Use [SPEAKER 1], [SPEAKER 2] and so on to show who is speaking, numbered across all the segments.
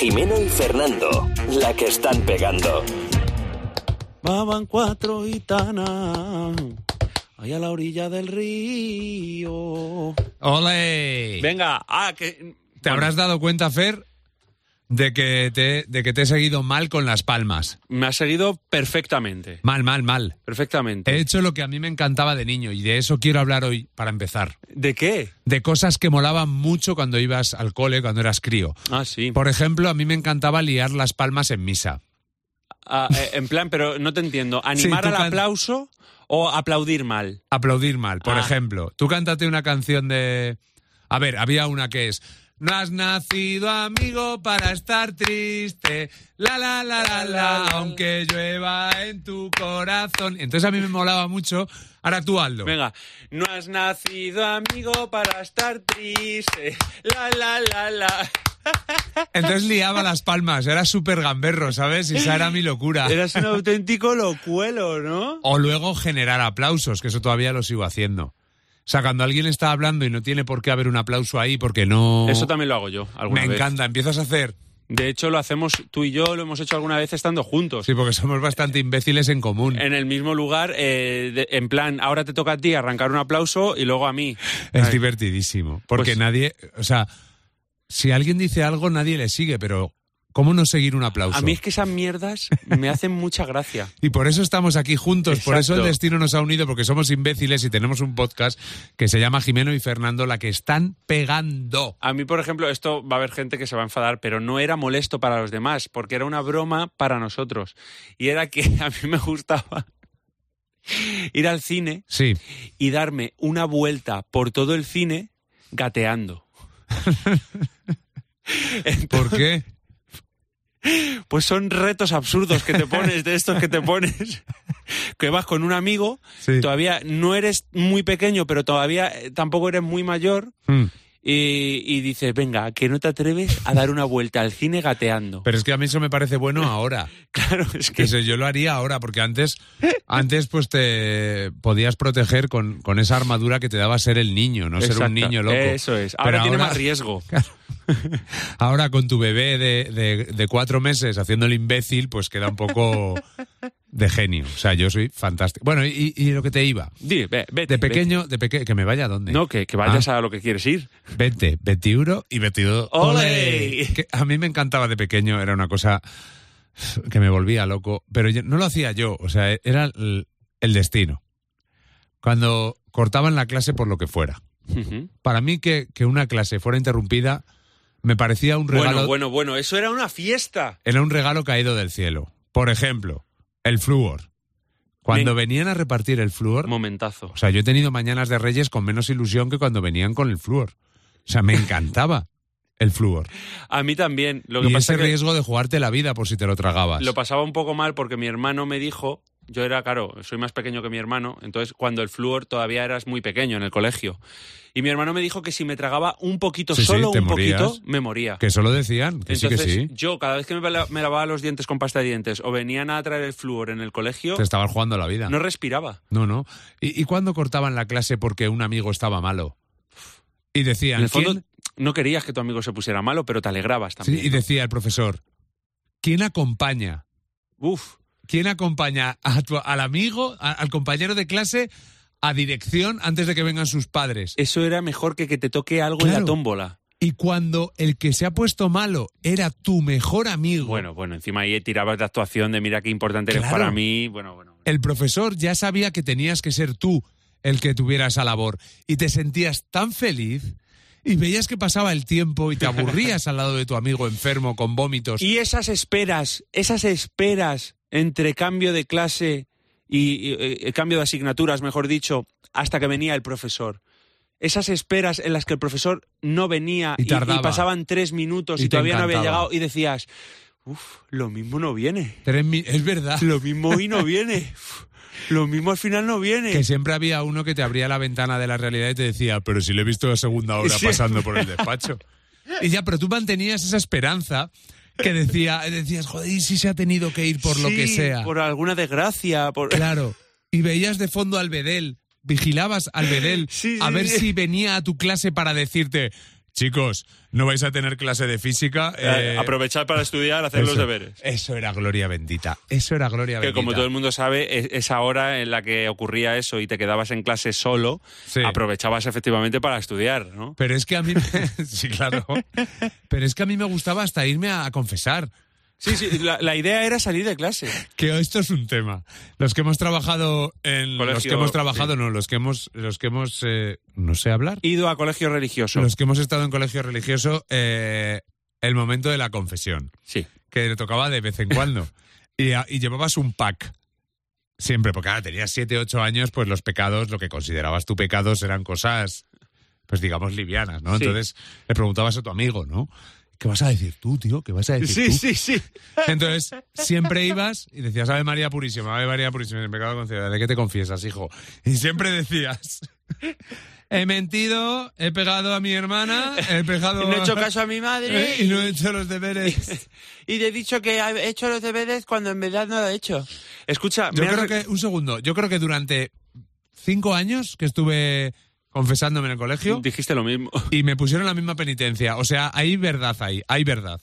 [SPEAKER 1] Jimeno y Fernando, la que están pegando.
[SPEAKER 2] Maban cuatro gitanas allá a la orilla del río.
[SPEAKER 3] ¡Ole!
[SPEAKER 4] Venga, ah, que.
[SPEAKER 3] ¿Te habrás dado cuenta, Fer, de que, te, de que te he seguido mal con las palmas?
[SPEAKER 4] Me has seguido perfectamente.
[SPEAKER 3] Mal, mal, mal. He
[SPEAKER 4] Perfectamente.
[SPEAKER 3] hecho lo que a mí me encantaba de niño y de eso quiero hablar hoy para empezar.
[SPEAKER 4] ¿De qué?
[SPEAKER 3] De cosas que molaban mucho cuando ibas al cole, cuando eras crío.
[SPEAKER 4] Ah, sí.
[SPEAKER 3] Por ejemplo, a mí me encantaba liar las palmas en misa.
[SPEAKER 4] Ah, eh, en plan, pero no te entiendo. ¿Animar
[SPEAKER 3] tú
[SPEAKER 4] al
[SPEAKER 3] can-
[SPEAKER 4] aplauso o aplaudir mal?
[SPEAKER 3] Aplaudir mal, por
[SPEAKER 4] Ah.
[SPEAKER 3] ejemplo. Tú cántate una canción de... A ver, había una que es... No has nacido amigo para estar triste. La la la la la, aunque llueva en tu corazón. Entonces a mí me molaba mucho. Ahora tú hazlo.
[SPEAKER 4] Venga, no has nacido amigo para estar triste. La la la la.
[SPEAKER 3] Entonces liaba las palmas, era súper gamberro, ¿sabes? Y esa era mi locura.
[SPEAKER 4] Eras un auténtico locuelo, ¿no?
[SPEAKER 3] O luego generar aplausos, que eso todavía lo sigo haciendo. O sea, cuando alguien está hablando y no tiene por qué haber un aplauso ahí porque no...
[SPEAKER 4] Eso también lo hago yo alguna
[SPEAKER 3] Oh. Me
[SPEAKER 4] vez.
[SPEAKER 3] encanta, empiezas a hacer...
[SPEAKER 4] De hecho, lo hacemos tú y yo, lo hemos hecho alguna vez estando juntos.
[SPEAKER 3] Sí, porque somos bastante imbéciles en común.
[SPEAKER 4] En el mismo lugar, eh, de- en plan, ahora te toca a ti arrancar un aplauso y luego a mí.
[SPEAKER 3] Es
[SPEAKER 4] Ay,
[SPEAKER 3] divertidísimo. Porque
[SPEAKER 4] Pues-
[SPEAKER 3] nadie, o sea, si alguien dice algo, nadie le sigue, pero ¿cómo no seguir un aplauso?
[SPEAKER 4] a mí es que esas mierdas me hacen mucha gracia.
[SPEAKER 3] Y por eso estamos aquí juntos, por eso el
[SPEAKER 4] Exacto.
[SPEAKER 3] destino nos ha unido, porque somos imbéciles y tenemos un podcast que se llama Jimeno y Fernando, la que están pegando.
[SPEAKER 4] A mí, por ejemplo, esto va a haber gente que se va a enfadar, pero no era molesto para los demás, porque era una broma para nosotros. Y era que a mí me gustaba ir al cine
[SPEAKER 3] Sí,
[SPEAKER 4] y darme una vuelta por todo el cine gateando.
[SPEAKER 3] ¿por qué?
[SPEAKER 4] Pues son retos absurdos que te pones, de estos que te pones, que vas con un amigo,
[SPEAKER 3] Sí.
[SPEAKER 4] todavía no eres muy pequeño, pero todavía eh, tampoco eres muy mayor,
[SPEAKER 3] Mm.
[SPEAKER 4] y, y dices, venga, que no te atreves a dar una vuelta al cine gateando.
[SPEAKER 3] Pero es que a mí eso me parece bueno ahora.
[SPEAKER 4] claro, es que...
[SPEAKER 3] Que eso yo lo haría ahora, porque antes, antes pues te podías proteger con, con esa armadura que te daba ser el niño, no ser un
[SPEAKER 4] Exacta-
[SPEAKER 3] niño loco.
[SPEAKER 4] Eso es. Ahora
[SPEAKER 3] Pero
[SPEAKER 4] tiene más riesgo.
[SPEAKER 3] Ahora con tu bebé de, de- de cuatro meses haciendo el imbécil, pues queda un poco de genio. O sea, yo soy fantástico. Bueno, y, y lo que te iba.
[SPEAKER 4] Di, ve- vete,
[SPEAKER 3] De pequeño, Ah. de peque- que me vaya a dónde.
[SPEAKER 4] vete. No, que, que vayas a lo que quieres ir.
[SPEAKER 3] Vete, 21 y 22.
[SPEAKER 4] ¡Ole!
[SPEAKER 3] ¡Ole! Que a mí me encantaba de pequeño, era una cosa que me volvía loco, pero yo- no lo hacía yo, o sea, era el, el destino. Cuando cortaban la clase por lo que fuera.
[SPEAKER 4] Ujú.
[SPEAKER 3] Para mí que, que una clase fuera interrumpida me parecía un regalo
[SPEAKER 4] Bueno, bueno, bueno, eso era una fiesta.
[SPEAKER 3] era un regalo caído del cielo. Por ejemplo, el flúor. Cuando venían a repartir el flúor,
[SPEAKER 4] Momentazo.
[SPEAKER 3] o sea, yo he tenido mañanas de Reyes con menos ilusión que cuando venían con el flúor. O sea, me encantaba el flúor.
[SPEAKER 4] A mí también. Lo que
[SPEAKER 3] Y
[SPEAKER 4] pasa
[SPEAKER 3] ese
[SPEAKER 4] es que
[SPEAKER 3] riesgo de jugarte la vida por si te lo tragabas.
[SPEAKER 4] lo pasaba un poco mal porque mi hermano me dijo, yo era, claro, soy más pequeño que mi hermano, entonces cuando el flúor todavía eras muy pequeño en el colegio. Y mi hermano me dijo que si me tragaba un poquito,
[SPEAKER 3] Sí, sí,
[SPEAKER 4] solo
[SPEAKER 3] te
[SPEAKER 4] un
[SPEAKER 3] morías.
[SPEAKER 4] poquito, me moría.
[SPEAKER 3] Que eso lo decían, que
[SPEAKER 4] Entonces,
[SPEAKER 3] sí que sí.
[SPEAKER 4] yo cada vez que me, la- me lavaba los dientes con pasta de dientes o venían a traer el flúor en el colegio,
[SPEAKER 3] Te estabas jugando la vida.
[SPEAKER 4] no respiraba.
[SPEAKER 3] No, no. ¿Y, y cuándo cortaban la clase porque un amigo estaba malo? Y decían,
[SPEAKER 4] En el fondo,
[SPEAKER 3] "¿Quién-
[SPEAKER 4] no querías que tu amigo se pusiera malo, pero te alegrabas
[SPEAKER 3] Sí,
[SPEAKER 4] también.
[SPEAKER 3] y decía el profesor, ¿quién acompaña?
[SPEAKER 4] Uf,
[SPEAKER 3] ¿Quién acompaña a tu- al amigo, a- al compañero de clase, a dirección antes de que vengan sus padres?
[SPEAKER 4] eso era mejor que que te toque algo en
[SPEAKER 3] Claro.
[SPEAKER 4] la tómbola.
[SPEAKER 3] Y cuando el que se ha puesto malo era tu mejor amigo,
[SPEAKER 4] Bueno, bueno, encima ahí tirabas de actuación de mira qué importante eres
[SPEAKER 3] Claro.
[SPEAKER 4] para mí. Bueno, bueno.
[SPEAKER 3] el profesor ya sabía que tenías que ser tú el que tuviera esa labor. Y te sentías tan feliz y veías que pasaba el tiempo y te aburrías al lado de tu amigo enfermo con vómitos.
[SPEAKER 4] Y esas esperas, esas esperas entre cambio de clase y, y- y cambio de asignaturas, mejor dicho, hasta que venía el profesor. Esas esperas en las que el profesor no venía
[SPEAKER 3] Y
[SPEAKER 4] y, y
[SPEAKER 3] tardaba.
[SPEAKER 4] pasaban tres minutos
[SPEAKER 3] Y
[SPEAKER 4] y,
[SPEAKER 3] te
[SPEAKER 4] todavía no había
[SPEAKER 3] encantaba.
[SPEAKER 4] llegado y decías, uff, lo mismo no viene.
[SPEAKER 3] Tres mi- Es verdad.
[SPEAKER 4] Lo mismo hoy no viene. Lo mismo al final no viene.
[SPEAKER 3] Que siempre había uno que te abría la ventana de la realidad y te decía, pero si le he visto a segunda hora
[SPEAKER 4] Sí.
[SPEAKER 3] pasando por el despacho. Y ya, pero tú mantenías esa esperanza que decía, decías, joder, y si se ha tenido que ir por lo que
[SPEAKER 4] Sí,
[SPEAKER 3] sea.
[SPEAKER 4] Por alguna desgracia. Por...
[SPEAKER 3] Claro. Y veías de fondo al Bedel, vigilabas al Bedel
[SPEAKER 4] Sí,
[SPEAKER 3] a
[SPEAKER 4] sí,
[SPEAKER 3] ver
[SPEAKER 4] sí.
[SPEAKER 3] si venía a tu clase para decirte, Chicos, no vais a tener clase de física. eh,
[SPEAKER 4] Aprovechar para estudiar, hacer los
[SPEAKER 3] eso-
[SPEAKER 4] deberes.
[SPEAKER 3] Eso era gloria bendita. Eso era gloria
[SPEAKER 4] Que
[SPEAKER 3] bendita.
[SPEAKER 4] como todo el mundo sabe, es esa hora en la que ocurría eso y te quedabas en clase solo,
[SPEAKER 3] Sí.
[SPEAKER 4] aprovechabas efectivamente para estudiar, ¿no?
[SPEAKER 3] Pero es que a mí me... sí, claro. Pero es que a mí me gustaba hasta irme a, a confesar
[SPEAKER 4] Sí, sí, la, la idea era salir de clase.
[SPEAKER 3] que esto es un tema. Los que hemos trabajado en los
[SPEAKER 4] Colegio,
[SPEAKER 3] que hemos trabajado no, los que hemos los que hemos eh, no sé hablar.
[SPEAKER 4] Ido a colegio religioso.
[SPEAKER 3] Los que hemos estado en colegio religioso eh, el momento de la confesión
[SPEAKER 4] Sí.
[SPEAKER 3] que le tocaba de vez en cuando y, a- y llevabas un pack. Siempre, porque ahora tenías 7, 8 años, pues los pecados, lo que considerabas tu pecados eran cosas, pues digamos, livianas, ¿no?
[SPEAKER 4] Sí.
[SPEAKER 3] Entonces le preguntabas a tu amigo, ¿no? ¿Qué vas a decir tú, tío? ¿Qué vas a decir tú?
[SPEAKER 4] sí, sí.
[SPEAKER 3] Entonces, siempre ibas y decías, Ave María Purísima, Ave María Purísima, el pecado concebido, ¿de qué te confiesas, hijo? Y siempre decías, he mentido, he pegado a mi hermana, he pegado
[SPEAKER 5] No he hecho
[SPEAKER 3] a-
[SPEAKER 5] caso a mi madre
[SPEAKER 3] y no he hecho los deberes.
[SPEAKER 5] y te he dicho que he hecho los deberes cuando en verdad no lo he hecho.
[SPEAKER 4] Escucha,
[SPEAKER 3] Yo
[SPEAKER 4] me has
[SPEAKER 3] creo
[SPEAKER 4] re-
[SPEAKER 3] que, un segundo, yo creo que durante cinco años que estuve confesándome en el colegio
[SPEAKER 4] dijiste lo mismo.
[SPEAKER 3] y me pusieron la misma penitencia. O sea, hay verdad ahí, hay verdad.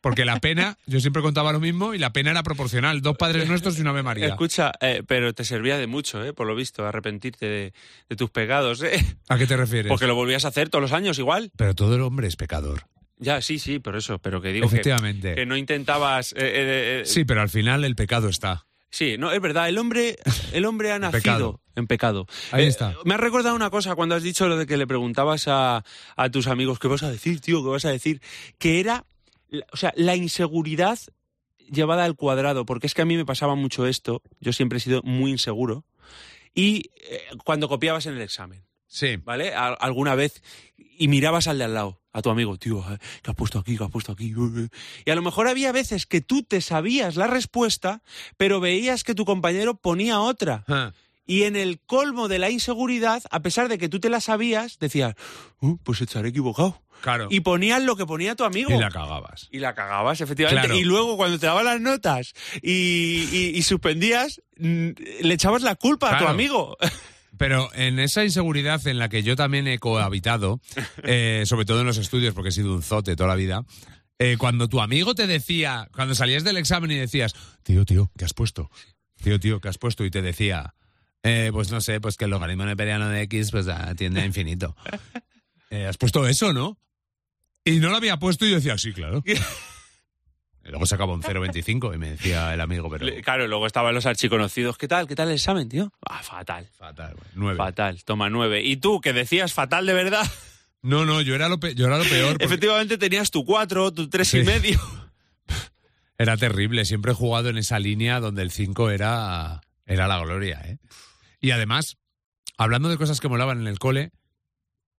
[SPEAKER 3] Porque la pena, yo siempre contaba lo mismo y la pena era proporcional. Dos padres nuestros y una Ave María.
[SPEAKER 4] Escucha, eh, pero te servía de mucho, eh, por lo visto, arrepentirte de, de tus pecados. eh.
[SPEAKER 3] ¿A qué te refieres?
[SPEAKER 4] Porque lo volvías a hacer todos los años igual.
[SPEAKER 3] Pero todo el hombre es pecador.
[SPEAKER 4] Ya, sí, sí, pero eso, pero que digo que,
[SPEAKER 3] Efectivamente.
[SPEAKER 4] que no intentabas... eh, eh, eh,
[SPEAKER 3] Sí, pero al final el pecado está.
[SPEAKER 4] Sí, no, es verdad, el hombre, el hombre ha nacido
[SPEAKER 3] pecado.
[SPEAKER 4] en pecado. Eh,
[SPEAKER 3] Ahí está.
[SPEAKER 4] Me has recordado una cosa cuando has dicho lo de que le preguntabas a, a tus amigos, ¿qué vas a decir, tío? ¿Qué vas a decir? Que era, la- o sea, la inseguridad llevada al cuadrado, porque es que a mí me pasaba mucho esto, yo siempre he sido muy inseguro, y eh, cuando copiabas en el examen.
[SPEAKER 3] Sí.
[SPEAKER 4] ¿vale? Al- alguna vez y mirabas al de al lado, a tu amigo, tío, eh, ¿qué has puesto aquí? ¿Qué has puesto aquí? Eh, eh. Y a lo mejor había veces que tú te sabías la respuesta, pero veías que tu compañero ponía otra.
[SPEAKER 3] Ah,
[SPEAKER 4] Y en el colmo de la inseguridad, a pesar de que tú te la sabías, decías, "Uh, pues estaré equivocado.
[SPEAKER 3] Claro.
[SPEAKER 4] Y ponías lo que ponía tu amigo.
[SPEAKER 3] Y la cagabas.
[SPEAKER 4] Y la cagabas, efectivamente.
[SPEAKER 3] Claro.
[SPEAKER 4] Y luego, cuando te daban las notas y, y- y suspendías, mm, le echabas la culpa a tu
[SPEAKER 3] Claro.
[SPEAKER 4] amigo.
[SPEAKER 3] Pero en esa inseguridad en la que yo también he cohabitado, eh, sobre todo en los estudios, porque he sido un zote toda la vida, eh, cuando tu amigo te decía, cuando salías del examen y decías, tío, tío, ¿qué has puesto? Tío, tío, ¿qué has puesto? Y te decía, "Eh, pues no sé, pues que el logaritmo neperiano de X pues ah, tiende a infinito. Eh, ¿Has puesto eso, no? Y no lo había puesto y yo decía, sí, claro. Y Luego sacaba un 0,25 y me decía el amigo, pero...
[SPEAKER 4] Le- Claro, luego estaban los archiconocidos. ¿Qué tal? ¿Qué tal el examen, tío? Ah, fatal.
[SPEAKER 3] Fatal, güey, nueve.
[SPEAKER 4] Fatal. Toma nueve. Y tú, que decías fatal de verdad,
[SPEAKER 3] No, no, yo era lo, pe- yo era lo peor. porque-
[SPEAKER 4] efectivamente tenías tu cuatro, tu tres y
[SPEAKER 3] Sí.
[SPEAKER 4] medio.
[SPEAKER 3] Era terrible, siempre he jugado en esa línea donde el 5 era, era la gloria. ¿eh? Y además, hablando de cosas que molaban en el cole,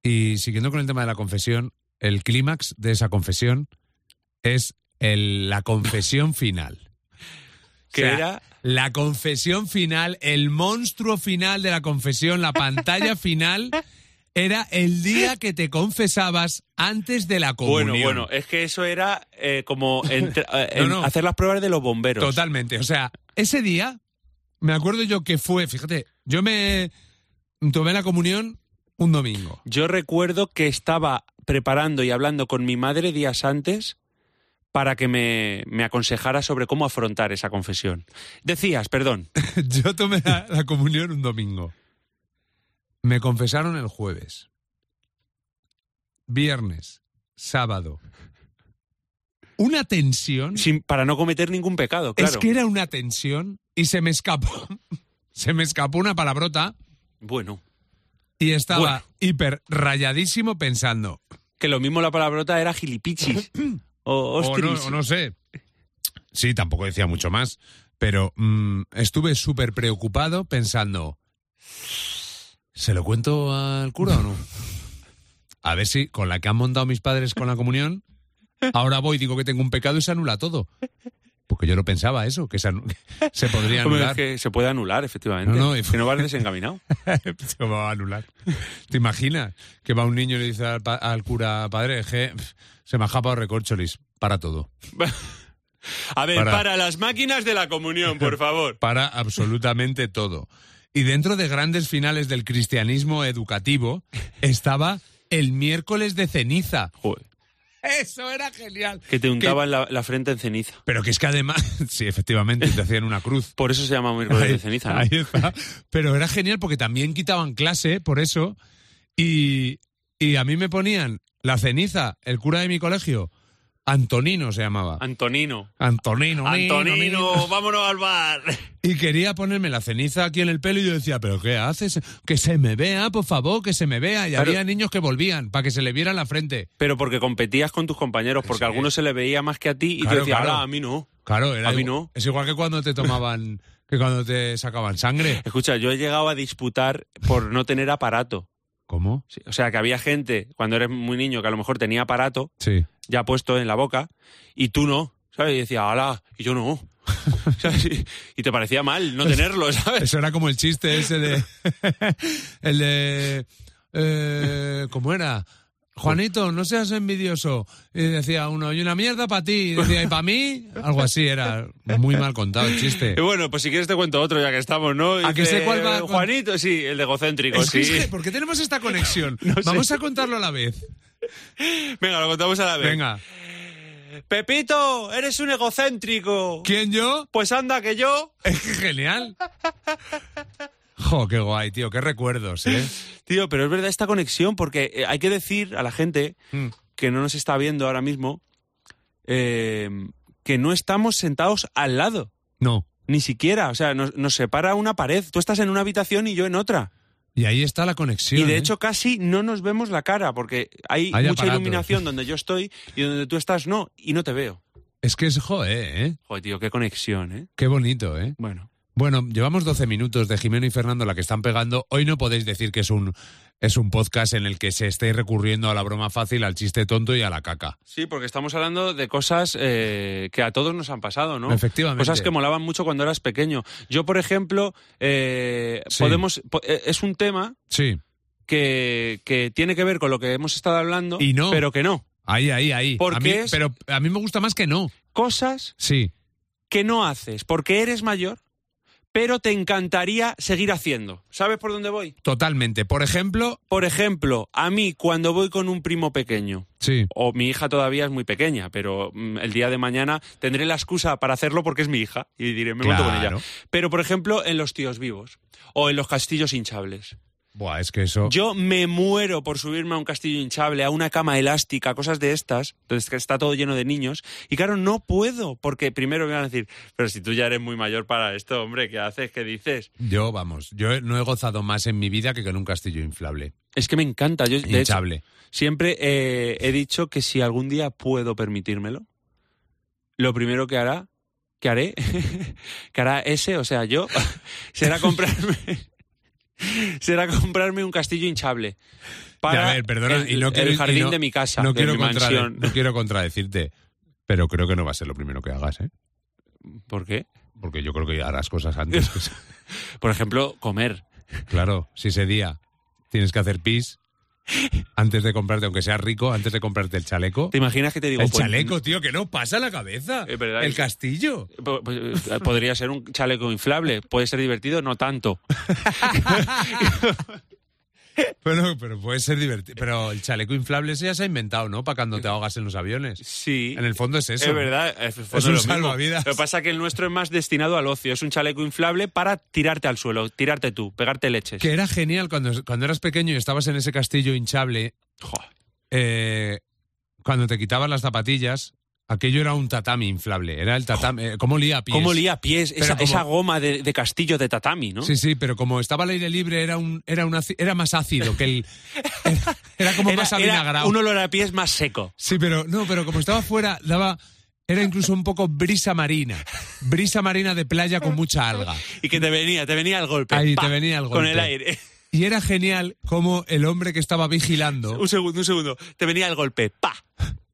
[SPEAKER 3] y siguiendo con el tema de la confesión, el clímax de esa confesión es el- la confesión final.
[SPEAKER 4] Que
[SPEAKER 3] O sea,
[SPEAKER 4] era...
[SPEAKER 3] La confesión final, el monstruo final de la confesión, la pantalla final, era el día que te confesabas antes de la comunión.
[SPEAKER 4] Bueno, bueno, es que eso era eh, como entre- eh,
[SPEAKER 3] No,
[SPEAKER 4] en-
[SPEAKER 3] no.
[SPEAKER 4] hacer las pruebas de los bomberos.
[SPEAKER 3] Totalmente. O sea, ese día, me acuerdo yo que fue, fíjate, yo me tomé la comunión un domingo.
[SPEAKER 4] Yo recuerdo que estaba preparando y hablando con mi madre días antes para que me, me aconsejara sobre cómo afrontar esa confesión. Decías, perdón.
[SPEAKER 3] Yo tomé la, la comunión un domingo. Me confesaron el jueves. Viernes, sábado. Una tensión.
[SPEAKER 4] Sin- para no cometer ningún pecado, claro.
[SPEAKER 3] Es que era una tensión y se me escapó. Se me escapó una palabrota
[SPEAKER 4] Bueno.
[SPEAKER 3] y estaba
[SPEAKER 4] Bueno.
[SPEAKER 3] hiper rayadísimo pensando,
[SPEAKER 4] Que lo mismo la palabrota era gilipichis. o
[SPEAKER 3] O no,
[SPEAKER 4] ostris.
[SPEAKER 3] o no sé. Sí, tampoco decía mucho más. Pero mm, estuve súper preocupado pensando. ¿Se lo cuento al cura o no? A ver si con la que han montado mis padres con la comunión, ahora voy, digo que tengo un pecado y se anula todo. Porque yo no pensaba eso, que se, anu- que se podría
[SPEAKER 4] Hombre,
[SPEAKER 3] anular.
[SPEAKER 4] es que se puede anular, efectivamente.
[SPEAKER 3] No, no, y-
[SPEAKER 4] Que no vas desencaminado.
[SPEAKER 3] se va a anular. ¿Te imaginas que va un niño y le dice al, pa- al cura, padre, es que pf, se me ha japado recorcholis, para todo.
[SPEAKER 4] A ver, para.
[SPEAKER 3] Para.
[SPEAKER 4] las máquinas de la comunión, por favor.
[SPEAKER 3] para absolutamente todo. Y dentro de grandes finales del cristianismo educativo estaba el miércoles de ceniza.
[SPEAKER 4] Joder,
[SPEAKER 3] Eso era genial.
[SPEAKER 4] que te untaban la, la frente en ceniza.
[SPEAKER 3] Pero que es que además, sí, efectivamente, te hacían una cruz.
[SPEAKER 4] Por eso se llama miércoles de ceniza. ¿no?
[SPEAKER 3] Ahí está. Pero era genial porque también quitaban clase, por eso. Y, y a mí me ponían la ceniza, el cura de mi colegio, Antonino se llamaba.
[SPEAKER 4] Antonino.
[SPEAKER 3] Antonino, nino, nino.
[SPEAKER 4] Antonino, vámonos al bar.
[SPEAKER 3] Y quería ponerme la ceniza aquí en el pelo y yo decía, ¿pero qué haces? Que se me vea, por favor, que se me vea. Y
[SPEAKER 4] Claro.
[SPEAKER 3] había niños que volvían para que se le viera la frente.
[SPEAKER 4] Pero porque competías con tus compañeros, porque a algunos se les veía más que a ti y
[SPEAKER 3] Claro,
[SPEAKER 4] tú decías,
[SPEAKER 3] claro.
[SPEAKER 4] "Ala, a mí no.
[SPEAKER 3] Claro, era
[SPEAKER 4] A mí
[SPEAKER 3] igu-
[SPEAKER 4] no.
[SPEAKER 3] Es igual que cuando te tomaban, que cuando te sacaban sangre.
[SPEAKER 4] Escucha, yo he llegado a disputar por no tener aparato.
[SPEAKER 3] ¿Cómo?
[SPEAKER 4] Sí, O sea, que había gente, cuando eres muy niño, que a lo mejor tenía aparato
[SPEAKER 3] Sí.
[SPEAKER 4] ya puesto en la boca y tú no, ¿sabes? Y decía, ala, y yo no. ¿Sabes? Y- Y te parecía mal no tenerlo, ¿sabes?
[SPEAKER 3] Eso era como el chiste ese de. el de. eh, ¿Cómo era? Juanito, no seas envidioso. Y decía uno, y una mierda para ti. Y decía, ¿y para mí? Algo así, era muy mal contado el chiste.
[SPEAKER 4] Y bueno, pues si quieres te cuento otro ya que estamos, ¿no?
[SPEAKER 3] ¿A que
[SPEAKER 4] Dice,
[SPEAKER 3] sé cuál va?
[SPEAKER 4] Juanito, sí, el de egocéntrico,
[SPEAKER 3] Es que,
[SPEAKER 4] sí.
[SPEAKER 3] es que, ¿Por qué tenemos esta conexión?
[SPEAKER 4] sé.
[SPEAKER 3] Vamos a contarlo a la vez.
[SPEAKER 4] Venga, lo contamos a la vez.
[SPEAKER 3] Venga.
[SPEAKER 4] Pepito, eres un egocéntrico.
[SPEAKER 3] ¿Quién yo?
[SPEAKER 4] Pues anda que yo.
[SPEAKER 3] Es que genial. Jo, qué guay, tío, qué recuerdos, ¿eh?
[SPEAKER 4] Tío, pero es verdad esta conexión porque eh, hay que decir a la gente
[SPEAKER 3] Mm.
[SPEAKER 4] que no nos está viendo ahora mismo eh, que no estamos sentados al lado.
[SPEAKER 3] No.
[SPEAKER 4] Ni siquiera, o sea, nos, nos separa una pared. Tú estás en una habitación y yo en otra.
[SPEAKER 3] Y ahí está la conexión.
[SPEAKER 4] y de
[SPEAKER 3] ¿eh?
[SPEAKER 4] hecho casi no nos vemos la cara porque hay,
[SPEAKER 3] Hay
[SPEAKER 4] mucha
[SPEAKER 3] aparatos.
[SPEAKER 4] iluminación donde yo estoy y donde tú estás no, y no te veo.
[SPEAKER 3] Es que es joder, ¿eh?
[SPEAKER 4] Joder, tío, qué conexión, ¿eh?
[SPEAKER 3] Qué bonito, ¿eh?
[SPEAKER 4] Bueno.
[SPEAKER 3] Bueno, llevamos 12 minutos de Jimeno y Fernando, la que están pegando. Hoy no podéis decir que es un, es un podcast en el que se esté recurriendo a la broma fácil, al chiste tonto y a la caca.
[SPEAKER 4] Sí, porque estamos hablando de cosas eh, que a todos nos han pasado, ¿no?
[SPEAKER 3] Efectivamente.
[SPEAKER 4] Cosas que molaban mucho cuando eras pequeño. Yo, por ejemplo, eh,
[SPEAKER 3] Sí.
[SPEAKER 4] podemos... po- eh, es un tema
[SPEAKER 3] Sí,
[SPEAKER 4] que, que tiene que ver con lo que hemos estado hablando,
[SPEAKER 3] Y no.
[SPEAKER 4] pero que no.
[SPEAKER 3] ahí, ahí, ahí.
[SPEAKER 4] Porque
[SPEAKER 3] a mí-
[SPEAKER 4] es-
[SPEAKER 3] Pero a mí me gusta más que no.
[SPEAKER 4] Cosas
[SPEAKER 3] Sí.
[SPEAKER 4] que no haces porque eres mayor, pero te encantaría seguir haciendo. ¿Sabes por dónde voy?
[SPEAKER 3] Totalmente. Por ejemplo,
[SPEAKER 4] Por ejemplo, a mí cuando voy con un primo pequeño,
[SPEAKER 3] sí.
[SPEAKER 4] o mi hija todavía es muy pequeña, pero mm, el día de mañana tendré la excusa para hacerlo porque es mi hija y diré, me monto con
[SPEAKER 3] Claro.
[SPEAKER 4] ella. Pero, por ejemplo, en los tíos vivos o en los castillos hinchables.
[SPEAKER 3] Buah, es que eso.
[SPEAKER 4] Yo me muero por subirme a un castillo hinchable, a una cama elástica, cosas de estas, entonces que está todo lleno de niños. Y claro, no puedo, porque primero me van a decir, pero si tú ya eres muy mayor para esto, hombre, ¿qué haces? ¿Qué dices?
[SPEAKER 3] Yo, vamos, yo no he gozado más en mi vida que con un castillo inflable.
[SPEAKER 4] Es que me encanta. Yo, de hecho,
[SPEAKER 3] hinchable.
[SPEAKER 4] siempre eh, he dicho que si algún día puedo permitírmelo, lo primero que hará, que haré, que hará ese, o sea, yo, será comprarme... Será comprarme un castillo hinchable. Para
[SPEAKER 3] a ver, perdona,
[SPEAKER 4] el,
[SPEAKER 3] y no quiero-
[SPEAKER 4] el
[SPEAKER 3] y
[SPEAKER 4] jardín
[SPEAKER 3] no-
[SPEAKER 4] de mi casa,
[SPEAKER 3] No
[SPEAKER 4] de
[SPEAKER 3] quiero,
[SPEAKER 4] mi
[SPEAKER 3] contrade-
[SPEAKER 4] mansión.
[SPEAKER 3] no quiero contradecirte, pero creo que no va a ser lo primero que hagas, ¿eh?
[SPEAKER 4] ¿Por qué?
[SPEAKER 3] Porque yo creo que harás cosas antes.
[SPEAKER 4] Por ejemplo, comer.
[SPEAKER 3] claro, si ese día tienes que hacer pis antes de comprarte, aunque seas rico, antes de comprarte el chaleco.
[SPEAKER 4] ¿Te imaginas que te digo?
[SPEAKER 3] El
[SPEAKER 4] pues,
[SPEAKER 3] chaleco, tío, que no pasa la cabeza.
[SPEAKER 4] Es verdad,
[SPEAKER 3] el
[SPEAKER 4] es-
[SPEAKER 3] castillo.
[SPEAKER 4] po- pues, eh, podría ser un chaleco inflable. Puede ser divertido, no tanto.
[SPEAKER 3] Bueno, pero puede ser divertido. Pero el chaleco inflable ese ya se ha inventado, ¿no? Para cuando te ahogas en los aviones.
[SPEAKER 4] Sí.
[SPEAKER 3] En el fondo es eso.
[SPEAKER 4] Es verdad, es,
[SPEAKER 3] Es un
[SPEAKER 4] lo mismo.
[SPEAKER 3] salvavidas.
[SPEAKER 4] Lo que pasa es que el nuestro es más destinado al ocio. Es un chaleco inflable para tirarte al suelo, tirarte tú, pegarte leches.
[SPEAKER 3] Que era genial cuando, cuando eras pequeño y estabas en ese castillo hinchable. eh, cuando te quitabas las zapatillas, aquello era un tatami inflable. Era el tatami. eh, ¿Cómo lía a pies?
[SPEAKER 4] ¿Cómo lía pies?
[SPEAKER 3] Pero
[SPEAKER 4] Esa,
[SPEAKER 3] como-
[SPEAKER 4] esa goma de, de castillo de tatami, ¿no?
[SPEAKER 3] Sí, sí, pero como estaba al aire libre, era un, era un aci- era más ácido que el. Era, era como
[SPEAKER 4] Era,
[SPEAKER 3] más
[SPEAKER 4] era
[SPEAKER 3] avinagrado.
[SPEAKER 4] un olor a pies más seco.
[SPEAKER 3] Sí, pero no, pero como estaba fuera, daba. Era incluso un poco brisa marina. Brisa marina de playa con mucha alga.
[SPEAKER 4] Y que te venía, te venía el golpe.
[SPEAKER 3] Ahí,
[SPEAKER 4] ¡pa!
[SPEAKER 3] te venía el
[SPEAKER 4] Con
[SPEAKER 3] golpe.
[SPEAKER 4] el aire.
[SPEAKER 3] Y era genial como el hombre que estaba vigilando
[SPEAKER 4] Un segundo, un segundo. Te venía el golpe. ¡Pa!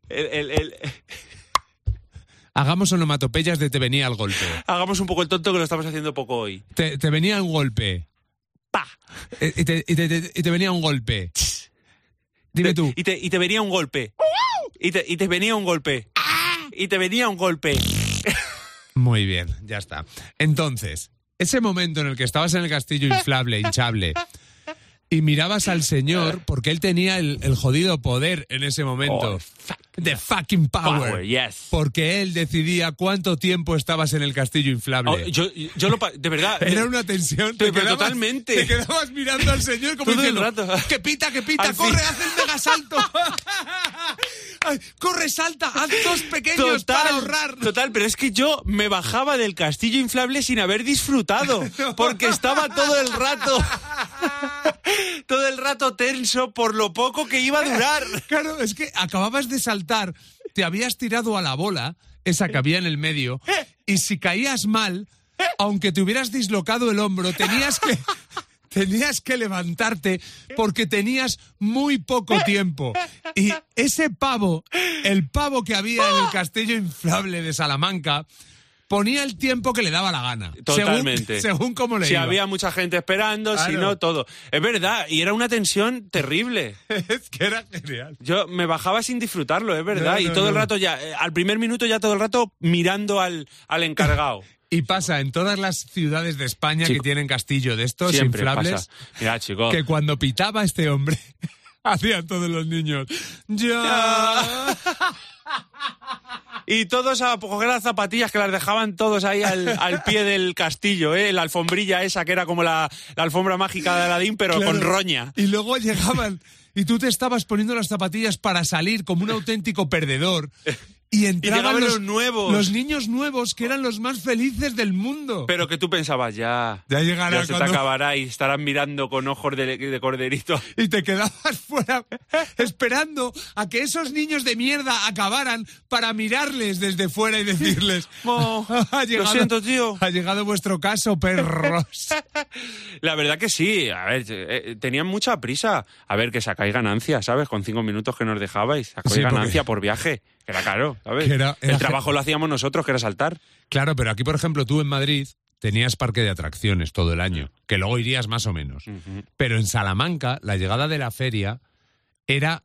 [SPEAKER 4] El- el- el-
[SPEAKER 3] Hagamos onomatopeyas de te venía el golpe.
[SPEAKER 4] Hagamos un poco el tonto que lo estamos haciendo poco hoy.
[SPEAKER 3] Te, te venía un golpe.
[SPEAKER 4] ¡Pa!
[SPEAKER 3] Eh, Y te, y te- te- y te venía un golpe. Dime tú.
[SPEAKER 4] Y te, y te venía un golpe. Y te, y te venía un golpe.
[SPEAKER 3] Ah.
[SPEAKER 4] Y te venía un golpe.
[SPEAKER 3] Muy bien, ya está. Entonces, ese momento en el que estabas en el castillo inflable, hinchable, y mirabas al señor porque él tenía el, el jodido poder en ese momento.
[SPEAKER 4] Oh,
[SPEAKER 3] the fucking power.
[SPEAKER 4] Power, yes.
[SPEAKER 3] Porque él decidía cuánto tiempo estabas en el castillo inflable.
[SPEAKER 4] Oh, yo, yo lo. pa- De verdad.
[SPEAKER 3] Era una tensión.
[SPEAKER 4] Eh, Pero totalmente.
[SPEAKER 3] Te quedabas mirando al señor como
[SPEAKER 4] Todo el
[SPEAKER 3] diciendo,
[SPEAKER 4] rato.
[SPEAKER 3] que pita, que pita,
[SPEAKER 4] Al fin.
[SPEAKER 3] corre, haz el megasalto. Ay, corre, salta, haz dos pequeños para ahorrar.
[SPEAKER 4] Total, pero es que yo me bajaba del castillo inflable sin haber disfrutado, porque estaba todo el rato, todo el rato tenso por lo poco que iba a durar.
[SPEAKER 3] Claro, es que acababas de saltar, te habías tirado a la bola, esa que había en el medio, y si caías mal, aunque te hubieras dislocado el hombro, tenías que, tenías que levantarte porque tenías muy poco tiempo. Y ese pavo, el pavo que había en el castillo inflable de Salamanca, ponía el tiempo que le daba la gana. según-
[SPEAKER 4] Totalmente.
[SPEAKER 3] Según, cómo le
[SPEAKER 4] Si
[SPEAKER 3] iba.
[SPEAKER 4] había mucha gente esperando, si
[SPEAKER 3] Claro.
[SPEAKER 4] no, todo. Es verdad, y era una tensión terrible.
[SPEAKER 3] Es que era genial.
[SPEAKER 4] Yo me bajaba sin disfrutarlo, es verdad.
[SPEAKER 3] No,
[SPEAKER 4] y
[SPEAKER 3] no,
[SPEAKER 4] todo el
[SPEAKER 3] no.
[SPEAKER 4] rato ya, eh, al primer minuto ya todo el rato mirando al, al encargado.
[SPEAKER 3] Y pasa en todas las ciudades de España
[SPEAKER 4] Chico.
[SPEAKER 3] que tienen castillo de estos
[SPEAKER 4] Siempre
[SPEAKER 3] inflables.
[SPEAKER 4] pasa. Oh. Mira, chicos.
[SPEAKER 3] que cuando pitaba este hombre, hacían todos los niños. ¡Ya!
[SPEAKER 4] Y todos a coger las zapatillas que las dejaban todos ahí al, al pie del castillo, ¿eh? La alfombrilla esa que era como la, la alfombra mágica de Aladín, pero
[SPEAKER 3] Claro.
[SPEAKER 4] con roña.
[SPEAKER 3] Y luego llegaban y tú te estabas poniendo las zapatillas para salir como un auténtico perdedor. Y entraban
[SPEAKER 4] llegaban
[SPEAKER 3] los,
[SPEAKER 4] los nuevos.
[SPEAKER 3] Los niños nuevos que eran los más felices del mundo.
[SPEAKER 4] Pero que tú pensabas, ya.
[SPEAKER 3] Ya llegará
[SPEAKER 4] ya se
[SPEAKER 3] cuando-
[SPEAKER 4] te acabará y estarán mirando con ojos de, de corderito.
[SPEAKER 3] y te quedabas fuera esperando a que esos niños de mierda acabaran para mirarles desde fuera y decirles
[SPEAKER 4] Mo,
[SPEAKER 3] "Ha
[SPEAKER 4] lo
[SPEAKER 3] llegado-
[SPEAKER 4] siento, tío".
[SPEAKER 3] ha llegado vuestro caso perros
[SPEAKER 4] La verdad que sí, a ver, eh, eh, tenían mucha prisa. A ver, que sacáis ganancia, ¿sabes? Con cinco minutos que nos dejabais, sacáis
[SPEAKER 3] Sí, porque-
[SPEAKER 4] ganancia por viaje, que era caro, ¿sabes?
[SPEAKER 3] Que era- era-
[SPEAKER 4] El trabajo lo hacíamos nosotros, que era saltar.
[SPEAKER 3] Claro, pero aquí, por ejemplo, tú en Madrid tenías parque de atracciones todo el año, que luego irías más o menos. Pero en Salamanca, la llegada de la feria era,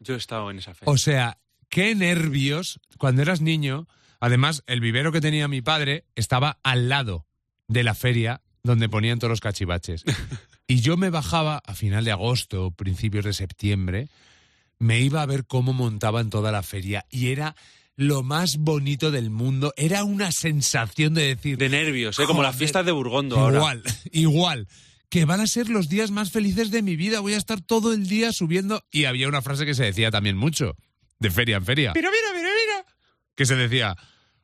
[SPEAKER 4] Yo he estado en esa fe.
[SPEAKER 3] o sea, qué nervios cuando eras niño. Además, el vivero que tenía mi padre estaba al lado de la feria donde ponían todos los cachivaches. Y yo me bajaba a final de agosto, principios de septiembre, me iba a ver cómo montaban toda la feria y era lo más bonito del mundo. Era una sensación de decir,
[SPEAKER 4] De nervios, ¿eh? Como las
[SPEAKER 3] Joder.
[SPEAKER 4] fiestas de Burgondo ahora.
[SPEAKER 3] Igual, igual. Que van a ser los días más felices de mi vida. Voy a estar todo el día subiendo. Y había una frase que se decía también mucho, de feria en feria,
[SPEAKER 4] Mira, mira, mira, mira.
[SPEAKER 3] que se decía,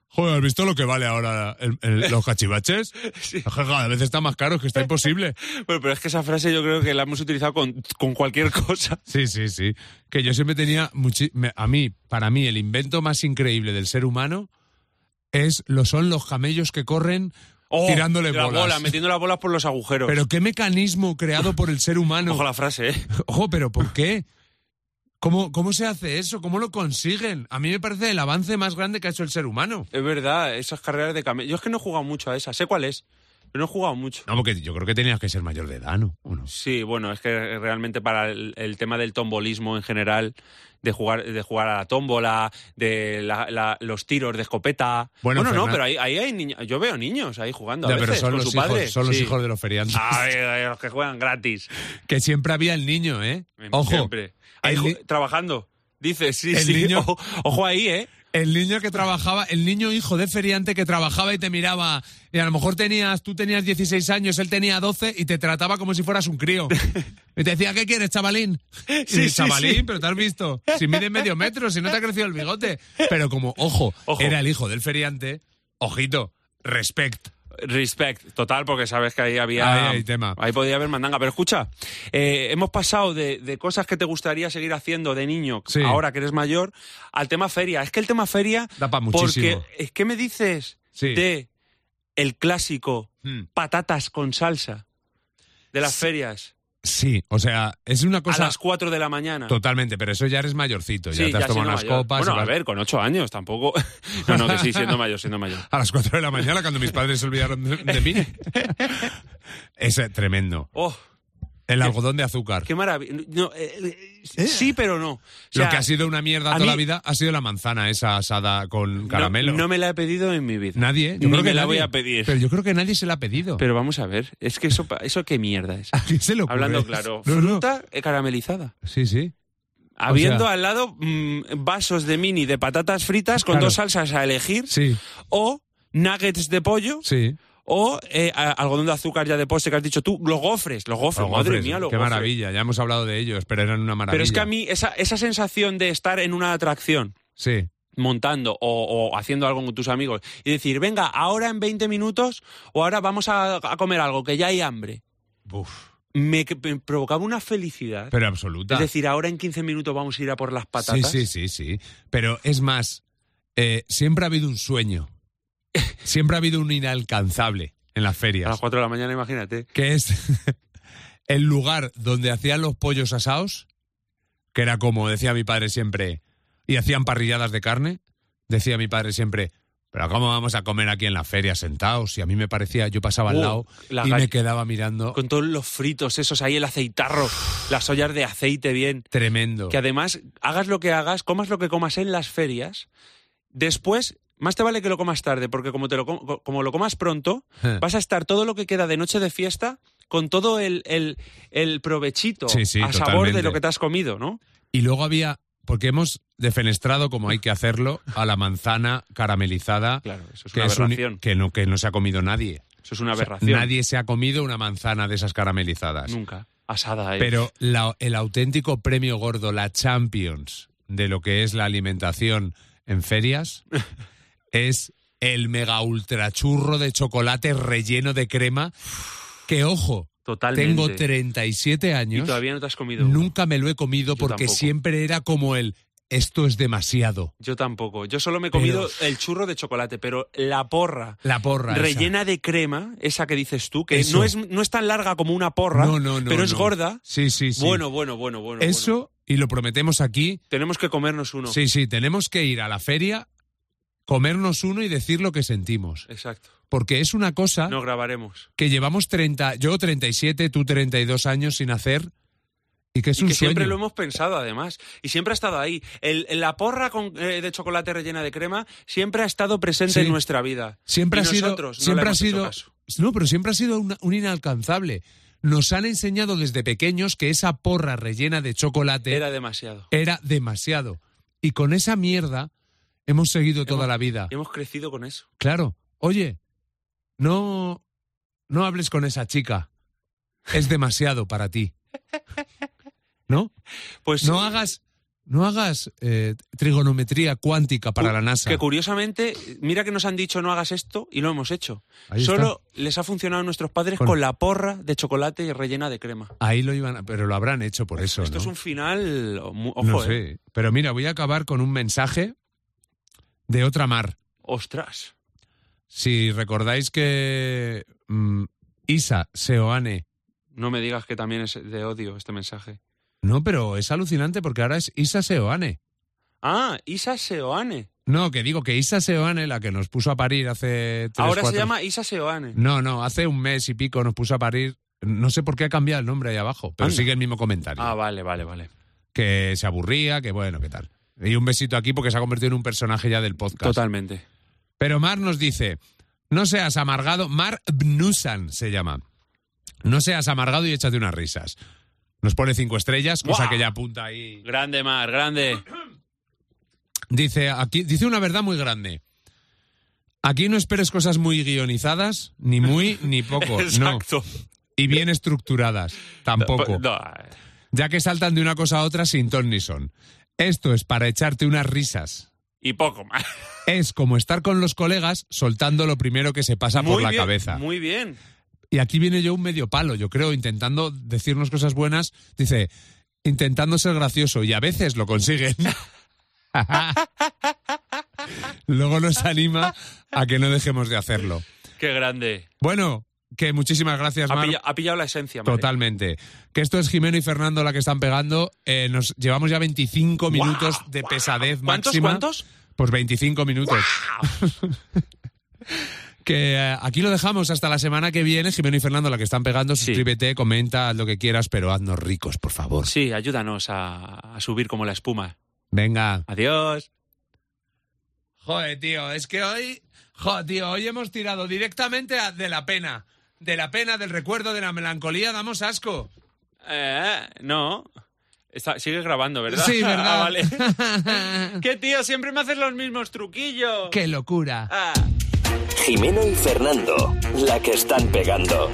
[SPEAKER 3] joder, ¿has visto lo que vale ahora el- el- los cachivaches? Jeja, a veces está más caro, es que está imposible.
[SPEAKER 4] Bueno, pero es que esa frase yo creo que la hemos utilizado con, con cualquier cosa.
[SPEAKER 3] Sí, sí, sí. Que yo siempre tenía... muchi- me- A mí, para mí, el invento más increíble del ser humano es lo son los camellos que corren
[SPEAKER 4] Oh,
[SPEAKER 3] tirándole
[SPEAKER 4] la
[SPEAKER 3] bolas.
[SPEAKER 4] bola, metiendo las bolas por los agujeros.
[SPEAKER 3] Pero qué mecanismo creado por el ser humano.
[SPEAKER 4] Ojo la frase, ¿eh?
[SPEAKER 3] Ojo, pero ¿por qué? ¿Cómo, ¿Cómo se hace eso? ¿Cómo lo consiguen? A mí me parece el avance más grande que ha hecho el ser humano.
[SPEAKER 4] Es verdad, esas carreras de camello. Yo es que no he jugado mucho a esas, sé cuál es, pero no he jugado mucho.
[SPEAKER 3] No, porque yo creo que tenías que ser mayor de edad, ¿no? ¿O no?
[SPEAKER 4] Sí, bueno, es que realmente para el, el tema del tombolismo en general, de jugar, de jugar a la tómbola, de la- la- los tiros de escopeta.
[SPEAKER 3] Bueno,
[SPEAKER 4] Bueno, no,
[SPEAKER 3] Fernan-
[SPEAKER 4] pero ahí, ahí hay niños. Yo veo niños ahí jugando. A
[SPEAKER 3] Ya,
[SPEAKER 4] veces,
[SPEAKER 3] pero son
[SPEAKER 4] con
[SPEAKER 3] los,
[SPEAKER 4] su
[SPEAKER 3] hijos,
[SPEAKER 4] padre.
[SPEAKER 3] son los
[SPEAKER 4] Sí. Ah.
[SPEAKER 3] hijos de los feriantes.
[SPEAKER 4] Ay, ay, los que juegan gratis.
[SPEAKER 3] Que siempre había el niño, ¿eh?
[SPEAKER 4] Em,
[SPEAKER 3] Ojo,
[SPEAKER 4] Siempre. Ahí
[SPEAKER 3] el
[SPEAKER 4] ju-
[SPEAKER 3] ni-
[SPEAKER 4] trabajando. Dice, sí,
[SPEAKER 3] El
[SPEAKER 4] sí.
[SPEAKER 3] niño-
[SPEAKER 4] Ojo, ojo ahí, ¿eh?
[SPEAKER 3] el niño que trabajaba, el niño hijo de feriante que trabajaba y te miraba. Y a lo mejor tenías, tú tenías 16 años, él tenía 12 y te trataba como si fueras un crío. Y te decía, ¿qué quieres, chavalín? Y
[SPEAKER 4] Sí,
[SPEAKER 3] dices,
[SPEAKER 4] sí,
[SPEAKER 3] chavalín,
[SPEAKER 4] sí.
[SPEAKER 3] pero te has visto. Si mide medio metro, si no te ha crecido el bigote. Pero como, ojo,
[SPEAKER 4] Ojo.
[SPEAKER 3] era el hijo del feriante, ojito, respect.
[SPEAKER 4] Respect, total, porque sabes que ahí había.
[SPEAKER 3] Ahí hay tema.
[SPEAKER 4] Ahí podía haber mandanga. Pero escucha, eh, hemos pasado de, de cosas que te gustaría seguir haciendo de niño,
[SPEAKER 3] Sí.
[SPEAKER 4] ahora que eres mayor, al tema feria. Es que el tema feria.
[SPEAKER 3] Da pa' muchísimo.
[SPEAKER 4] Porque, es que me dices
[SPEAKER 3] Sí.
[SPEAKER 4] de el clásico
[SPEAKER 3] Hmm.
[SPEAKER 4] patatas con salsa de las ferias
[SPEAKER 3] Sí, o sea, es una
[SPEAKER 4] a
[SPEAKER 3] cosa
[SPEAKER 4] las 4 de la mañana?
[SPEAKER 3] totalmente, pero eso ya eres mayorcito, ya
[SPEAKER 4] Sí,
[SPEAKER 3] te has tomado
[SPEAKER 4] siendo
[SPEAKER 3] unas
[SPEAKER 4] mayor.
[SPEAKER 3] copas. y
[SPEAKER 4] Bueno, a
[SPEAKER 3] vas-
[SPEAKER 4] ver, con 8 años tampoco. no, no, que sí, siendo mayor, siendo mayor.
[SPEAKER 3] a las 4 de la mañana cuando mis padres se olvidaron de, de mí. es eh, tremendo.
[SPEAKER 4] Oh,
[SPEAKER 3] El algodón de azúcar.
[SPEAKER 4] Qué maravilla. No, eh, eh,
[SPEAKER 6] ¿Eh?
[SPEAKER 4] Sí, pero no. O
[SPEAKER 3] Lo
[SPEAKER 4] sea,
[SPEAKER 3] que ha sido una mierda
[SPEAKER 4] a
[SPEAKER 3] toda la
[SPEAKER 4] mí-
[SPEAKER 3] vida ha sido la manzana esa asada con
[SPEAKER 4] no-
[SPEAKER 3] caramelo.
[SPEAKER 4] No, me la he pedido en mi vida.
[SPEAKER 3] Nadie. ¿eh? Yo
[SPEAKER 4] Ni
[SPEAKER 3] creo que
[SPEAKER 4] me la
[SPEAKER 3] nadie-
[SPEAKER 4] voy a pedir.
[SPEAKER 3] Pero yo creo que nadie se la ha pedido.
[SPEAKER 4] Pero vamos a ver, es que eso, pa- eso qué mierda es.
[SPEAKER 3] ¿A quién se le ocurre?
[SPEAKER 4] Hablando claro,
[SPEAKER 3] Ah, No, no.
[SPEAKER 4] fruta eh, caramelizada.
[SPEAKER 3] Sí, sí.
[SPEAKER 4] Habiendo
[SPEAKER 3] sea-
[SPEAKER 4] al lado mm, vasos de mini de patatas fritas con
[SPEAKER 3] Claro.
[SPEAKER 4] dos salsas a elegir,
[SPEAKER 3] Sí,
[SPEAKER 4] o nuggets de pollo,
[SPEAKER 3] sí.
[SPEAKER 4] o eh, a- algodón de azúcar ya de postre que has dicho tú, los gofres, los gofres,
[SPEAKER 3] Los
[SPEAKER 4] madre
[SPEAKER 3] gofres,
[SPEAKER 4] mía, los
[SPEAKER 3] Qué
[SPEAKER 4] gofres.
[SPEAKER 3] maravilla, ya hemos hablado de ellos, pero eran una maravilla.
[SPEAKER 4] Pero es que a mí esa, esa sensación de estar en una atracción
[SPEAKER 3] Sí.
[SPEAKER 4] montando o, o haciendo algo con tus amigos y decir, venga, ahora en 20 minutos o ahora vamos a, a comer algo que ya hay hambre,
[SPEAKER 3] Buf.
[SPEAKER 4] me, que- me provocaba una felicidad.
[SPEAKER 3] Pero absoluta.
[SPEAKER 4] es decir, ahora en 15 minutos vamos a ir a por las patatas.
[SPEAKER 3] Sí, sí, sí, sí. Pero es más, eh, siempre ha habido un sueño. Siempre ha habido un inalcanzable en las
[SPEAKER 4] A las
[SPEAKER 3] ferias.
[SPEAKER 4] 4 de la mañana, imagínate.
[SPEAKER 3] Que es el lugar donde hacían los pollos asados, que era como decía mi padre siempre, y hacían parrilladas de carne. Decía mi padre siempre, pero ¿cómo vamos a comer aquí en la feria sentados? Y a mí me parecía, yo pasaba al
[SPEAKER 4] Uh,
[SPEAKER 3] lado
[SPEAKER 4] la
[SPEAKER 3] y me
[SPEAKER 4] gall-
[SPEAKER 3] quedaba mirando.
[SPEAKER 4] Con todos los fritos esos ahí, el aceitarro, las ollas de aceite bien.
[SPEAKER 3] Tremendo.
[SPEAKER 4] Que además, hagas lo que hagas, comas lo que comas en las ferias, después, más te vale que lo comas tarde, porque como, te lo, com- co- como lo comas pronto,
[SPEAKER 3] Eh.
[SPEAKER 4] vas a estar todo lo que queda de noche de fiesta con todo el, el, el provechito
[SPEAKER 3] Sí, sí,
[SPEAKER 4] a sabor
[SPEAKER 3] totalmente.
[SPEAKER 4] de lo que te has comido, ¿no?
[SPEAKER 3] Y luego había, porque hemos defenestrado, como hay que hacerlo, a la manzana caramelizada.
[SPEAKER 4] Claro, eso es
[SPEAKER 3] que
[SPEAKER 4] una
[SPEAKER 3] es un-
[SPEAKER 4] aberración.
[SPEAKER 3] que, no, que no se ha comido nadie.
[SPEAKER 4] Eso es una
[SPEAKER 3] O sea,
[SPEAKER 4] aberración.
[SPEAKER 3] nadie se ha comido una manzana de esas caramelizadas.
[SPEAKER 4] Nunca. Asada, ¿eh?
[SPEAKER 3] Pero la- el auténtico premio gordo, la Champions de lo que es la alimentación en ferias, es el mega ultrachurro de chocolate relleno de crema. Que ojo,
[SPEAKER 4] Totalmente.
[SPEAKER 3] tengo 37 años.
[SPEAKER 4] Y todavía no te has comido. uno.
[SPEAKER 3] Nunca me lo he comido
[SPEAKER 4] Yo
[SPEAKER 3] porque
[SPEAKER 4] tampoco.
[SPEAKER 3] siempre era como el esto es demasiado.
[SPEAKER 4] Yo tampoco. Yo solo me he
[SPEAKER 3] Pero-
[SPEAKER 4] comido el churro de chocolate, pero la porra
[SPEAKER 3] La porra. esa.
[SPEAKER 4] rellena de crema, esa que dices tú, que
[SPEAKER 3] Eso.
[SPEAKER 4] no es, no es tan larga como una porra,
[SPEAKER 3] No, no, no,
[SPEAKER 4] pero es
[SPEAKER 3] no.
[SPEAKER 4] gorda.
[SPEAKER 3] Sí, sí, sí.
[SPEAKER 4] Bueno, bueno, bueno, bueno.
[SPEAKER 3] Eso,
[SPEAKER 4] bueno.
[SPEAKER 3] y lo prometemos aquí.
[SPEAKER 4] Tenemos que comernos uno.
[SPEAKER 3] Sí, sí, tenemos que ir a la feria, comernos uno y decir lo que sentimos.
[SPEAKER 4] Exacto.
[SPEAKER 3] Porque es una cosa
[SPEAKER 4] No grabaremos.
[SPEAKER 3] que llevamos 30, yo 37, tú 32 años sin hacer y que es
[SPEAKER 4] y
[SPEAKER 3] un
[SPEAKER 4] que siempre
[SPEAKER 3] sueño.
[SPEAKER 4] lo hemos pensado, además. Y siempre ha estado ahí. El- la porra con- eh, de chocolate rellena de crema siempre ha estado presente
[SPEAKER 3] Sí.
[SPEAKER 4] en nuestra vida.
[SPEAKER 3] Siempre
[SPEAKER 4] Y
[SPEAKER 3] ha sido,
[SPEAKER 4] nosotros no
[SPEAKER 3] siempre
[SPEAKER 4] le
[SPEAKER 3] ha
[SPEAKER 4] hemos hecho
[SPEAKER 3] sido,
[SPEAKER 4] caso.
[SPEAKER 3] no, pero siempre ha sido una- un inalcanzable. Nos han enseñado desde pequeños que esa porra rellena de chocolate
[SPEAKER 4] Era demasiado.
[SPEAKER 3] era demasiado. Y con esa mierda hemos seguido toda la vida.
[SPEAKER 4] Y hemos crecido con eso.
[SPEAKER 3] Claro, oye, no, no hables con esa chica. Es demasiado para ti. ¿No?
[SPEAKER 4] Pues
[SPEAKER 3] No hagas, no hagas eh, trigonometría cuántica para
[SPEAKER 4] Cu-
[SPEAKER 3] la NASA.
[SPEAKER 4] Que curiosamente, mira que nos han dicho no hagas esto y lo hemos hecho.
[SPEAKER 3] Ahí está.
[SPEAKER 4] Solo les ha funcionado a nuestros padres
[SPEAKER 3] Con-
[SPEAKER 4] con... la porra de chocolate y rellena de crema.
[SPEAKER 3] Ahí lo iban, a- pero lo habrán hecho por eso.
[SPEAKER 4] Esto
[SPEAKER 3] ¿no?
[SPEAKER 4] es un final. o- mu- Ojo,
[SPEAKER 3] No
[SPEAKER 4] eh.
[SPEAKER 3] sé. Pero mira, voy a acabar con un mensaje de otra mar.
[SPEAKER 4] Ostras.
[SPEAKER 3] Si recordáis que mm, Isa Seoane
[SPEAKER 4] No me digas que también es de odio este mensaje.
[SPEAKER 3] No, pero es alucinante porque ahora es Isa Seoane.
[SPEAKER 4] Ah, Isa Seoane.
[SPEAKER 3] No, que digo que Isa Seoane, la que nos puso a parir hace tres,
[SPEAKER 4] Ahora se
[SPEAKER 3] cuatro-
[SPEAKER 4] llama Isa Seoane.
[SPEAKER 3] No, no, hace un mes y pico nos puso a parir. No sé por qué ha cambiado el nombre ahí abajo, pero
[SPEAKER 4] Anda.
[SPEAKER 3] sigue el mismo comentario.
[SPEAKER 4] Ah, vale, vale, vale.
[SPEAKER 3] Que se aburría, que bueno, que tal. Y un besito aquí porque se ha convertido en un personaje ya del podcast.
[SPEAKER 4] Totalmente.
[SPEAKER 3] Pero Mar nos dice, no seas amargado, Mar Bnusan se llama. No seas amargado y échate unas risas. Nos pone cinco estrellas, cosa
[SPEAKER 4] ¡Guau!
[SPEAKER 3] que ya apunta ahí.
[SPEAKER 4] Grande, Mar, grande.
[SPEAKER 3] Oh, Dice aquí, dice una verdad muy grande. Aquí no esperes cosas muy guionizadas, ni muy ni poco, no,
[SPEAKER 4] Exacto.
[SPEAKER 3] y bien estructuradas, tampoco,
[SPEAKER 4] No,
[SPEAKER 3] ya que saltan de una cosa a otra sin ton ni son. Esto es para echarte unas risas.
[SPEAKER 4] y poco más.
[SPEAKER 3] Es como estar con los colegas soltando lo primero que se pasa por
[SPEAKER 4] Muy
[SPEAKER 3] la
[SPEAKER 4] bien,
[SPEAKER 3] cabeza.
[SPEAKER 4] Muy bien.
[SPEAKER 3] Y aquí viene yo un medio palo, yo creo, intentando decirnos cosas buenas. Dice, intentando ser gracioso y a veces lo consiguen. Luego nos anima a que no dejemos de hacerlo.
[SPEAKER 4] Qué grande.
[SPEAKER 3] Bueno, que muchísimas gracias,
[SPEAKER 4] Ha,
[SPEAKER 3] Mar.
[SPEAKER 4] pilla- ha pillado la esencia, Mar.
[SPEAKER 3] Totalmente. Que esto es Jimeno y Fernando la que están pegando. Eh, nos llevamos ya 25 minutos de pesadez Pues
[SPEAKER 4] ¿Cuántos,
[SPEAKER 3] máxima.
[SPEAKER 4] cuántos?
[SPEAKER 3] Pues 25 minutos. Que eh, aquí lo dejamos hasta la semana que viene. Jimeno y Fernando, la que están pegando, suscríbete, comenta, haz lo que quieras, pero haznos ricos, por favor.
[SPEAKER 4] Sí, ayúdanos a, a subir como la espuma.
[SPEAKER 3] Venga.
[SPEAKER 4] Adiós.
[SPEAKER 3] Joder, tío, es que hoy. Joder, tío, hoy hemos tirado directamente a- de la pena. De la pena, del recuerdo, de la melancolía, damos asco.
[SPEAKER 4] Eh, no. Está, sigues grabando, ¿verdad?
[SPEAKER 3] Sí,
[SPEAKER 4] Ah,
[SPEAKER 3] ¿verdad?
[SPEAKER 4] vale. ¿Qué tío? Siempre me haces los mismos truquillos.
[SPEAKER 3] ¡Qué locura!
[SPEAKER 4] Ah.
[SPEAKER 1] Jimeno y Fernando, la que están pegando.